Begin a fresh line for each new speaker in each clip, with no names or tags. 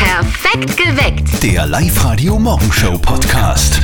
Perfekt geweckt.
Der Live-Radio Morgenshow Podcast.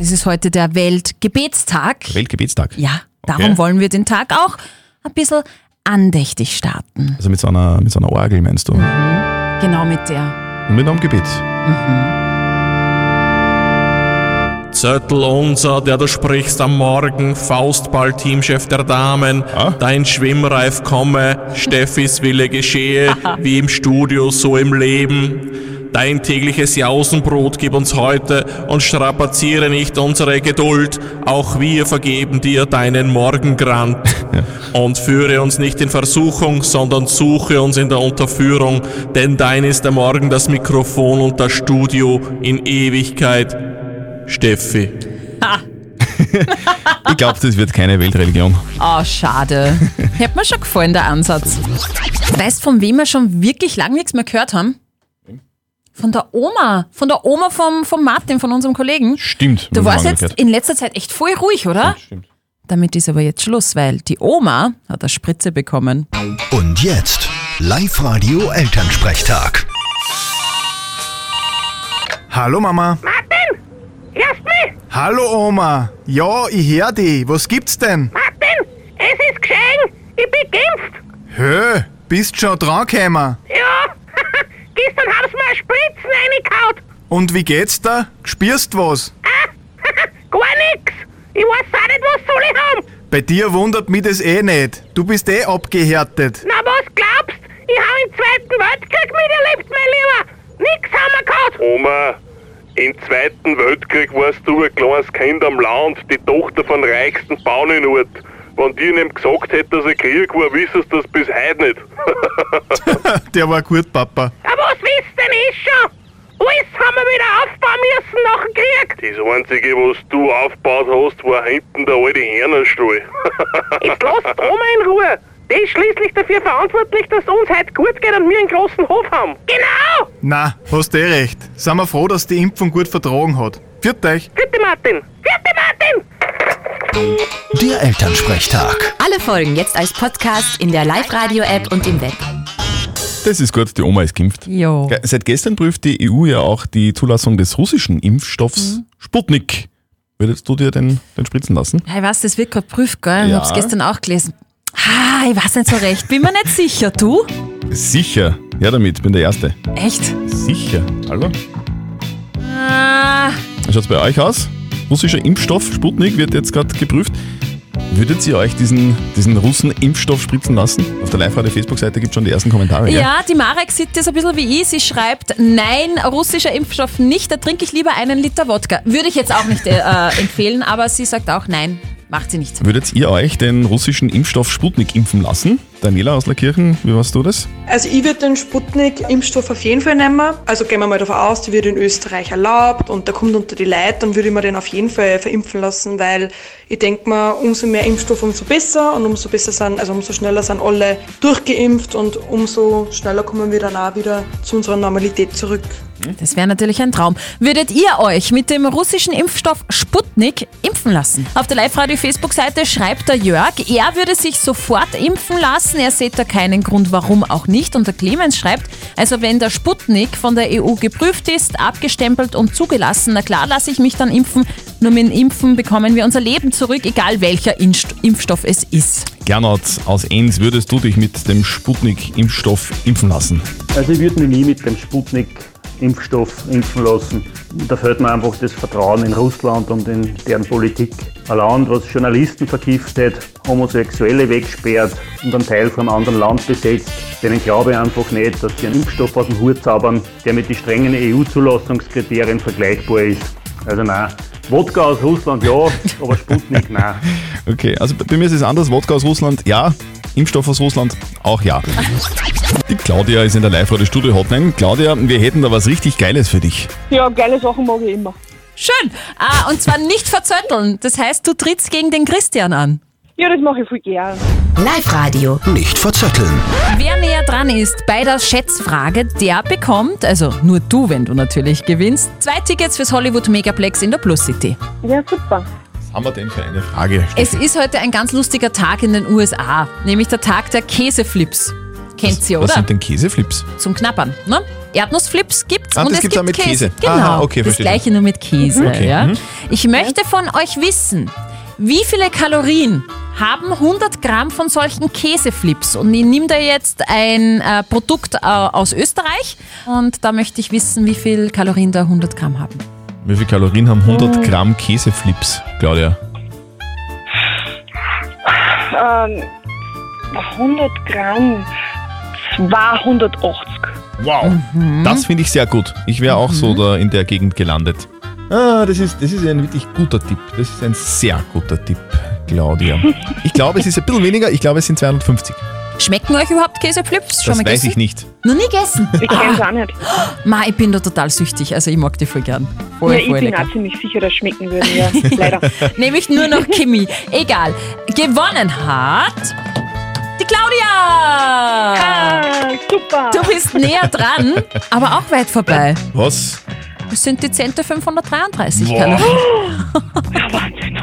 Es ist heute der Weltgebetstag.
Weltgebetstag.
Ja, darum
Okay.
wollen wir den Tag auch ein bisschen andächtig starten.
Also mit so, einer, mit so einer Orgel meinst du? Und
Genau mit der.
mit einem Gebet.
Zettel unser, der du sprichst am Morgen, Faustball, Teamchef der Damen,
Ah.
dein Schwimmreif komme, Steffis Wille geschehe, wie im Studio, so im Leben. Dein tägliches Jausenbrot gib uns heute und strapaziere nicht unsere Geduld, auch wir vergeben dir deinen Morgengrant. Und führe uns nicht in Versuchung, sondern suche uns in der Unterführung, denn dein ist der Morgen das Mikrofon und das Studio in Ewigkeit. Steffi.
Ich glaube, das wird keine Weltreligion.
Oh, schade. Hätte mir schon gefallen, der Ansatz. Weißt von wem wir schon wirklich lange nichts mehr gehört haben? Von der Oma. Von der Oma vom, vom Martin, von unserem Kollegen.
Stimmt.
Du
muss man
warst jetzt
umgekehrt.
in letzter Zeit echt voll ruhig, oder?
Stimmt.
Damit ist aber jetzt Schluss, weil die Oma hat eine Spritze bekommen.
Und jetzt Live-Radio Elternsprechtag.
Hallo Mama.
Martin! Hörst mich?
Hallo Oma. Ja, Oh, ich hör dich. Was gibt's denn?
Martin! Es ist geschehen! Ich bin geimpft!
Hö, bist schon dran gekommen.
Ja! Gestern haben sie mir eine Spritzen reingehaut!
Und wie geht's da? Spürst was?
Ah, gar nix! Ich weiß auch nicht, was soll ich haben!
Bei dir wundert mich das eh nicht. Du bist eh abgehärtet.
Na, was glaubst Ich habe im Zweiten Weltkrieg miterlebt, mein Lieber! Nix haben wir gehabt!
Oma, im Zweiten Weltkrieg warst du ein kleines Kind am Land, die Tochter von reichsten Baunenort. Wenn dir nicht gesagt hätte, dass ein Krieg war, wissest du das bis heute nicht.
Der war gut, Papa.
Aber was wisst denn ich schon? Alles haben wir wieder aufbauen müssen nach dem Krieg!
Das Einzige, was du aufgebaut hast, war hinten der alte Herrenstall.
Jetzt lasst Oma in Ruhe! Die ist schließlich dafür verantwortlich, dass es uns heute gut geht und wir einen großen Hof haben. Genau!
Na, hast eh recht. Sind wir froh, dass die Impfung gut vertragen hat. Viert euch.
Vierte Martin! Vierte Martin!
Der Elternsprechtag.
Alle Folgen jetzt als Podcast in der Live-Radio-App und im Web.
Das ist gut, die Oma ist geimpft.
Jo.
Ge- Seit gestern prüft die EU ja auch die Zulassung des russischen Impfstoffs
Mhm.
Sputnik. Würdest du dir den, den spritzen lassen?
Ja, Ich weiß, das wird gerade prüft, gell? Ich
Ja.
hab's gestern auch gelesen. Ah, ich weiß nicht so recht. Bin mir nicht sicher. Du?
Sicher. Ja, damit, bin der Erste.
Echt?
Sicher. Hallo?
Ah,
Wie schaut's bei euch aus? Russischer Impfstoff Sputnik wird jetzt gerade geprüft. Würdet ihr euch diesen, diesen Russen-Impfstoff spritzen lassen? Auf der Live-Radio-Facebook-Seite gibt es schon die ersten Kommentare. gell?
ja, die Marek sieht das ein bisschen wie ich. Sie schreibt, nein, russischer Impfstoff nicht, da trinke ich lieber einen Liter Wodka. Würde ich jetzt auch nicht äh, empfehlen, aber sie sagt auch, nein, macht sie nicht.
Würdet ihr euch den russischen Impfstoff Sputnik impfen lassen? Daniela aus Lackirchen, wie warst du das?
Also ich würde den Sputnik-Impfstoff auf jeden Fall nehmen. Also gehen wir mal davon aus, der wird in Österreich erlaubt und der kommt unter die Leute, dann würde ich mir den auf jeden Fall verimpfen lassen, weil ich denke mal, umso mehr Impfstoff, umso besser und umso besser sind, also umso schneller sind alle durchgeimpft und umso schneller kommen wir dann auch wieder zu unserer Normalität zurück.
Das wäre natürlich ein Traum. Würdet ihr euch mit dem russischen Impfstoff Sputnik impfen lassen? Auf der Live-Radio-Facebook-Seite schreibt der Jörg, er würde sich sofort impfen lassen. Er sieht da keinen Grund, warum auch nicht. Und der Clemens schreibt, also wenn der Sputnik von der EU geprüft ist, abgestempelt und zugelassen, na klar lasse ich mich dann impfen. Nur mit dem Impfen bekommen wir unser Leben zurück, egal welcher Inst Impfstoff es ist.
Gernot aus Enns, würdest du dich mit dem Sputnik-Impfstoff impfen lassen?
Also ich würde mich nie mit dem Sputnik-Impfstoff impfen lassen. Da fehlt mir einfach das Vertrauen in Russland und in deren Politik. Ein Land, was Journalisten vergiftet, Homosexuelle wegsperrt und einen Teil von einem anderen Land besetzt. Denen glaube ich einfach nicht, dass sie einen Impfstoff aus dem Hut zaubern, der mit den strengen EU-Zulassungskriterien vergleichbar ist. Also nein. Wodka aus Russland ja, aber Sputnik nein.
Okay, also bei mir ist es anders. Wodka aus Russland, ja. Impfstoff aus Russland, auch ja. Die Claudia ist in der Live-Radio-Studio-Hotline. Claudia, wir hätten da was richtig Geiles für dich.
Ja, geile Sachen mag ich immer.
Schön. Ah, und zwar nicht verzötteln. Das heißt, du trittst gegen den Christian an.
Ja, das mache ich voll gern.
Live-Radio.
Nicht verzetteln.
Wer näher dran ist bei der Schätzfrage, der bekommt, also nur du, wenn du natürlich gewinnst, zwei Tickets fürs Hollywood Megaplex in der Plus City.
Ja, super.
Was haben wir denn für eine Frage?
Es ist heute ein ganz lustiger Tag in den USA, nämlich der Tag der Käseflips. Kennt ihr,
Was
oder?
sind denn Käseflips?
Zum Knappern, ne? Erdnussflips gibt's
Ah,
und
das
es
gibt's
gibt
auch mit Käse.
Genau,
Aha, okay,
das
verstehe.
gleiche nur mit Käse.
Okay,
Ja.
mhm.
Ich möchte von euch wissen, wie viele Kalorien haben 100 Gramm von solchen Käseflips? Und ich nehme da jetzt ein äh, Produkt äh, aus Österreich und da möchte ich wissen, wie viel Kalorien da 100 Gramm haben.
Wie viele Kalorien haben
Oh.
100 Gramm Käseflips, Claudia?
Ähm, 100 Gramm, 280.
Wow. Das finde ich sehr gut. Ich wäre auch so da in der Gegend gelandet. Mhm. Ah, das ist, das ist ein wirklich guter Tipp. Das ist ein sehr guter Tipp, Claudia. Ich glaube, es ist ein bisschen weniger. Ich glaube, es sind 250.
Schmecken euch überhaupt Käseflips?
Das weiß
gegessen?
ich nicht.
Noch nie gegessen?
Ich kenn's
Ah.
auch nicht.
Ma, ich bin da total süchtig. Also ich mag die voll gern.
ja,
Voll,
ich
voll
bin
lecker.
auch ziemlich sicher, dass schmecken würden, ja. Leider.
Nämlich nur noch Kimi. Egal. Gewonnen hat die Claudia.
Ah, super.
Du bist näher dran, aber auch weit vorbei.
Was?
Das sind dezente 533
Boah.
Kalorien.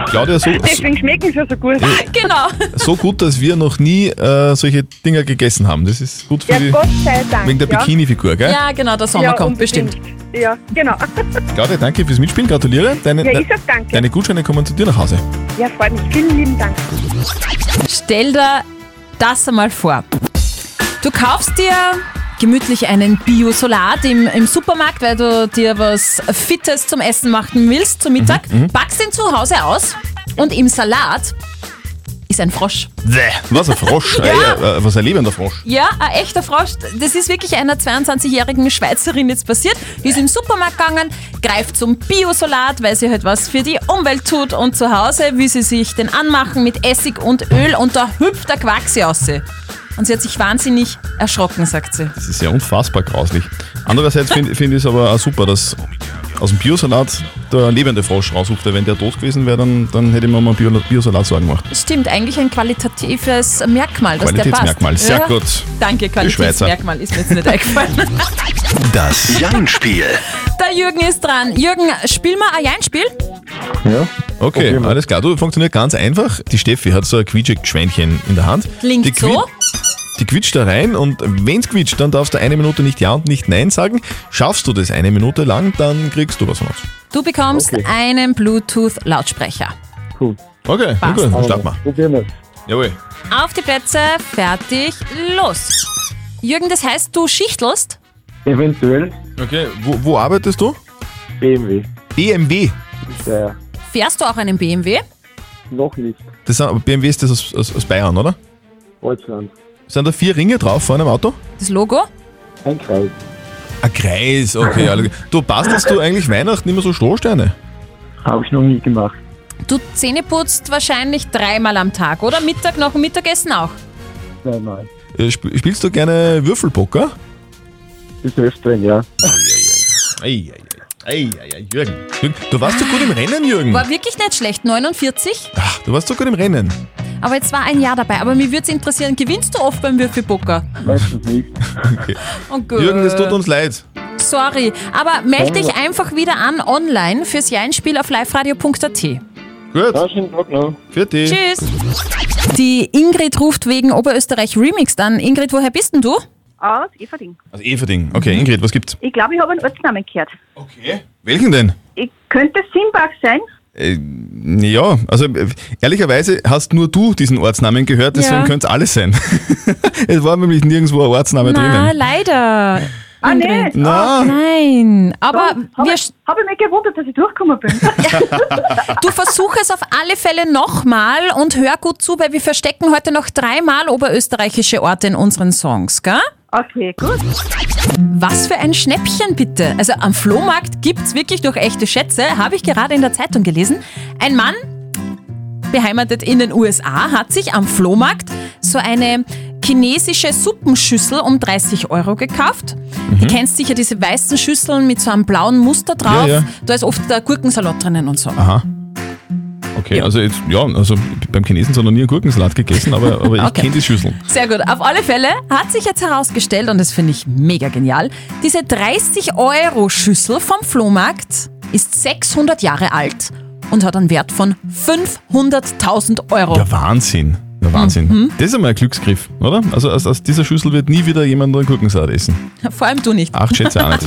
Claudia, so,
Ah, Deswegen schmecken sie ja so gut.
Genau.
so gut, dass wir noch nie äh, solche Dinger gegessen haben. Das ist gut für
Ja,
die.
Gott sei Dank.
Wegen der
ja.
Bikini-Figur, gell?
Ja, genau, der Sommer
Ja,
kommt
unbedingt.
bestimmt.
Ja, genau.
Claudia, danke fürs Mitspielen. Gratuliere. Deine,
Ja, ich sag danke.
deine Gutscheine kommen zu dir nach Hause.
Ja, freut mich. Vielen lieben Dank.
Stell dir das einmal vor. Du kaufst dir gemütlich einen Bio-Salat im, im Supermarkt, weil du dir was Fittes zum Essen machen willst zum Mittag,
Mhm,
backst ihn zu Hause aus und im Salat ist ein Frosch.
Bäh, Was ein Frosch. Äh, äh, was ein lebender Frosch.
Ja, ein echter Frosch. Das ist wirklich einer 22-jährigen Schweizerin jetzt passiert. Die ist im Supermarkt gegangen, greift zum Biosalat, weil sie halt was für die Umwelt tut und zu Hause, wie sie sich den anmachen mit Essig und Öl und da hüpft der Quaxi aus sie. Und sie hat sich wahnsinnig erschrocken, sagt sie.
Das ist ja unfassbar grauslich. Andererseits finde find ich es aber auch super, dass aus dem Biosalat der lebende Frosch rausruft. Weil Wenn der tot gewesen wäre, dann, dann hätte ich mir mal Bio- Biosalat Sorgen gemacht.
Stimmt, eigentlich ein qualitatives Merkmal, dass der passt.
Qualitätsmerkmal, sehr gut.
Danke, Qualitätsmerkmal ist mir jetzt nicht eingefallen.
Das Jein-Spiel.
Der Jürgen ist dran. Jürgen, spiel mal ein Jein-Spiel.
Ja. Okay, alles klar. Du, funktioniert ganz einfach. Die Steffi hat so ein Quietschschweinchen in der Hand.
Klingt
die
so.
Die quitscht da rein und wenn's quietscht, dann darfst du eine Minute nicht Ja und nicht Nein sagen. Schaffst du das eine Minute lang, dann kriegst du was von uns.
Du bekommst einen Bluetooth-Lautsprecher.
Cool. Okay, na gut, dann starten wir.
Probieren wir's.
Jawohl.
Auf die Plätze, fertig, los. Jürgen, das heißt, du schichtelst?
Eventuell.
Okay, wo, wo arbeitest du?
BMW.
BMW?
Ja,
Fährst du auch einen BMW?
noch nicht.
Das sind, aber BMW ist das aus, aus, aus Bayern, oder?
Deutschland.
Sind da vier Ringe drauf vorne im Auto?
Das Logo?
Ein Kreis.
Ein Kreis, okay. alle- Du bastelst du eigentlich Weihnachten immer so Strohsterne?
Habe ich noch nie gemacht.
Du Zähne putzt wahrscheinlich dreimal am Tag, oder? Mittag nach dem Mittagessen auch.
Zweimal.
Äh, sp- Spielst du gerne Würfelpoker?
Des Öfteren, ja.
Ei, ei, ei, ei, ei, Jürgen. Jürgen, du warst so gut im Rennen, Jürgen.
War wirklich nicht schlecht, 49.
Ach, du warst so gut im Rennen.
Aber jetzt war ein Jahr dabei. Aber mich würde es interessieren, gewinnst du oft beim Würfelpoker?
Meistens nicht.
Okay.
Und gut.
Jürgen, es tut uns leid.
Sorry, aber melde dich
Ja.
einfach wieder an online fürs Jeinspiel auf liveradio.at.
Gut.
Ja, schönen Tag noch.
Für dich.
Tschüss. Die Ingrid ruft wegen Oberösterreich Remix an. Ingrid, woher bist denn du?
Aus Everding.
Also Everding. Okay, Ingrid, was gibt's?
Ich glaube, ich habe einen Ortsnamen gehört.
Welchen denn?
Ich könnte Simbach sein.
Äh, ja, also äh, ehrlicherweise hast nur du diesen Ortsnamen gehört, deswegen
Ja.
könnte es alles sein. es war nämlich nirgendwo ein Ortsname
Na,
drinnen.
leider. Ah,
nicht?
Na.
Nein, aber wir...
Habe ich mich gewundert, dass ich durchgekommen bin.
Du versuch es auf alle Fälle nochmal und hör gut zu, weil wir verstecken heute noch dreimal oberösterreichische Orte in unseren Songs, gell?
Okay, gut.
Was für ein Schnäppchen bitte. Also am Flohmarkt gibt's wirklich durch echte Schätze, habe ich gerade in der Zeitung gelesen. Ein Mann, beheimatet in den USA, hat sich am Flohmarkt so eine chinesische Suppenschüssel um 30 Euro gekauft. Du kennst sicher diese weißen Schüsseln mit so einem blauen Muster drauf.
Mhm. Ja, ja.
Da ist oft der Gurkensalat drinnen und so.
Aha. Okay, also jetzt, ja, also beim Chinesen so noch nie einen Gurkensalat gegessen, aber, aber ich
Okay.
kenne die Schüssel.
Sehr gut. Auf alle Fälle hat sich jetzt herausgestellt, und das finde ich mega genial, diese 30-Euro-Schüssel vom Flohmarkt ist 600 Jahre alt und hat einen Wert von 500.000 Euro.
Ja, Wahnsinn. Na, Wahnsinn. Das ist einmal ein Glücksgriff, oder? Also aus, aus dieser Schüssel wird nie wieder jemand einen Gurkensalat essen.
Vor allem du nicht.
Acht Schätze auch nicht.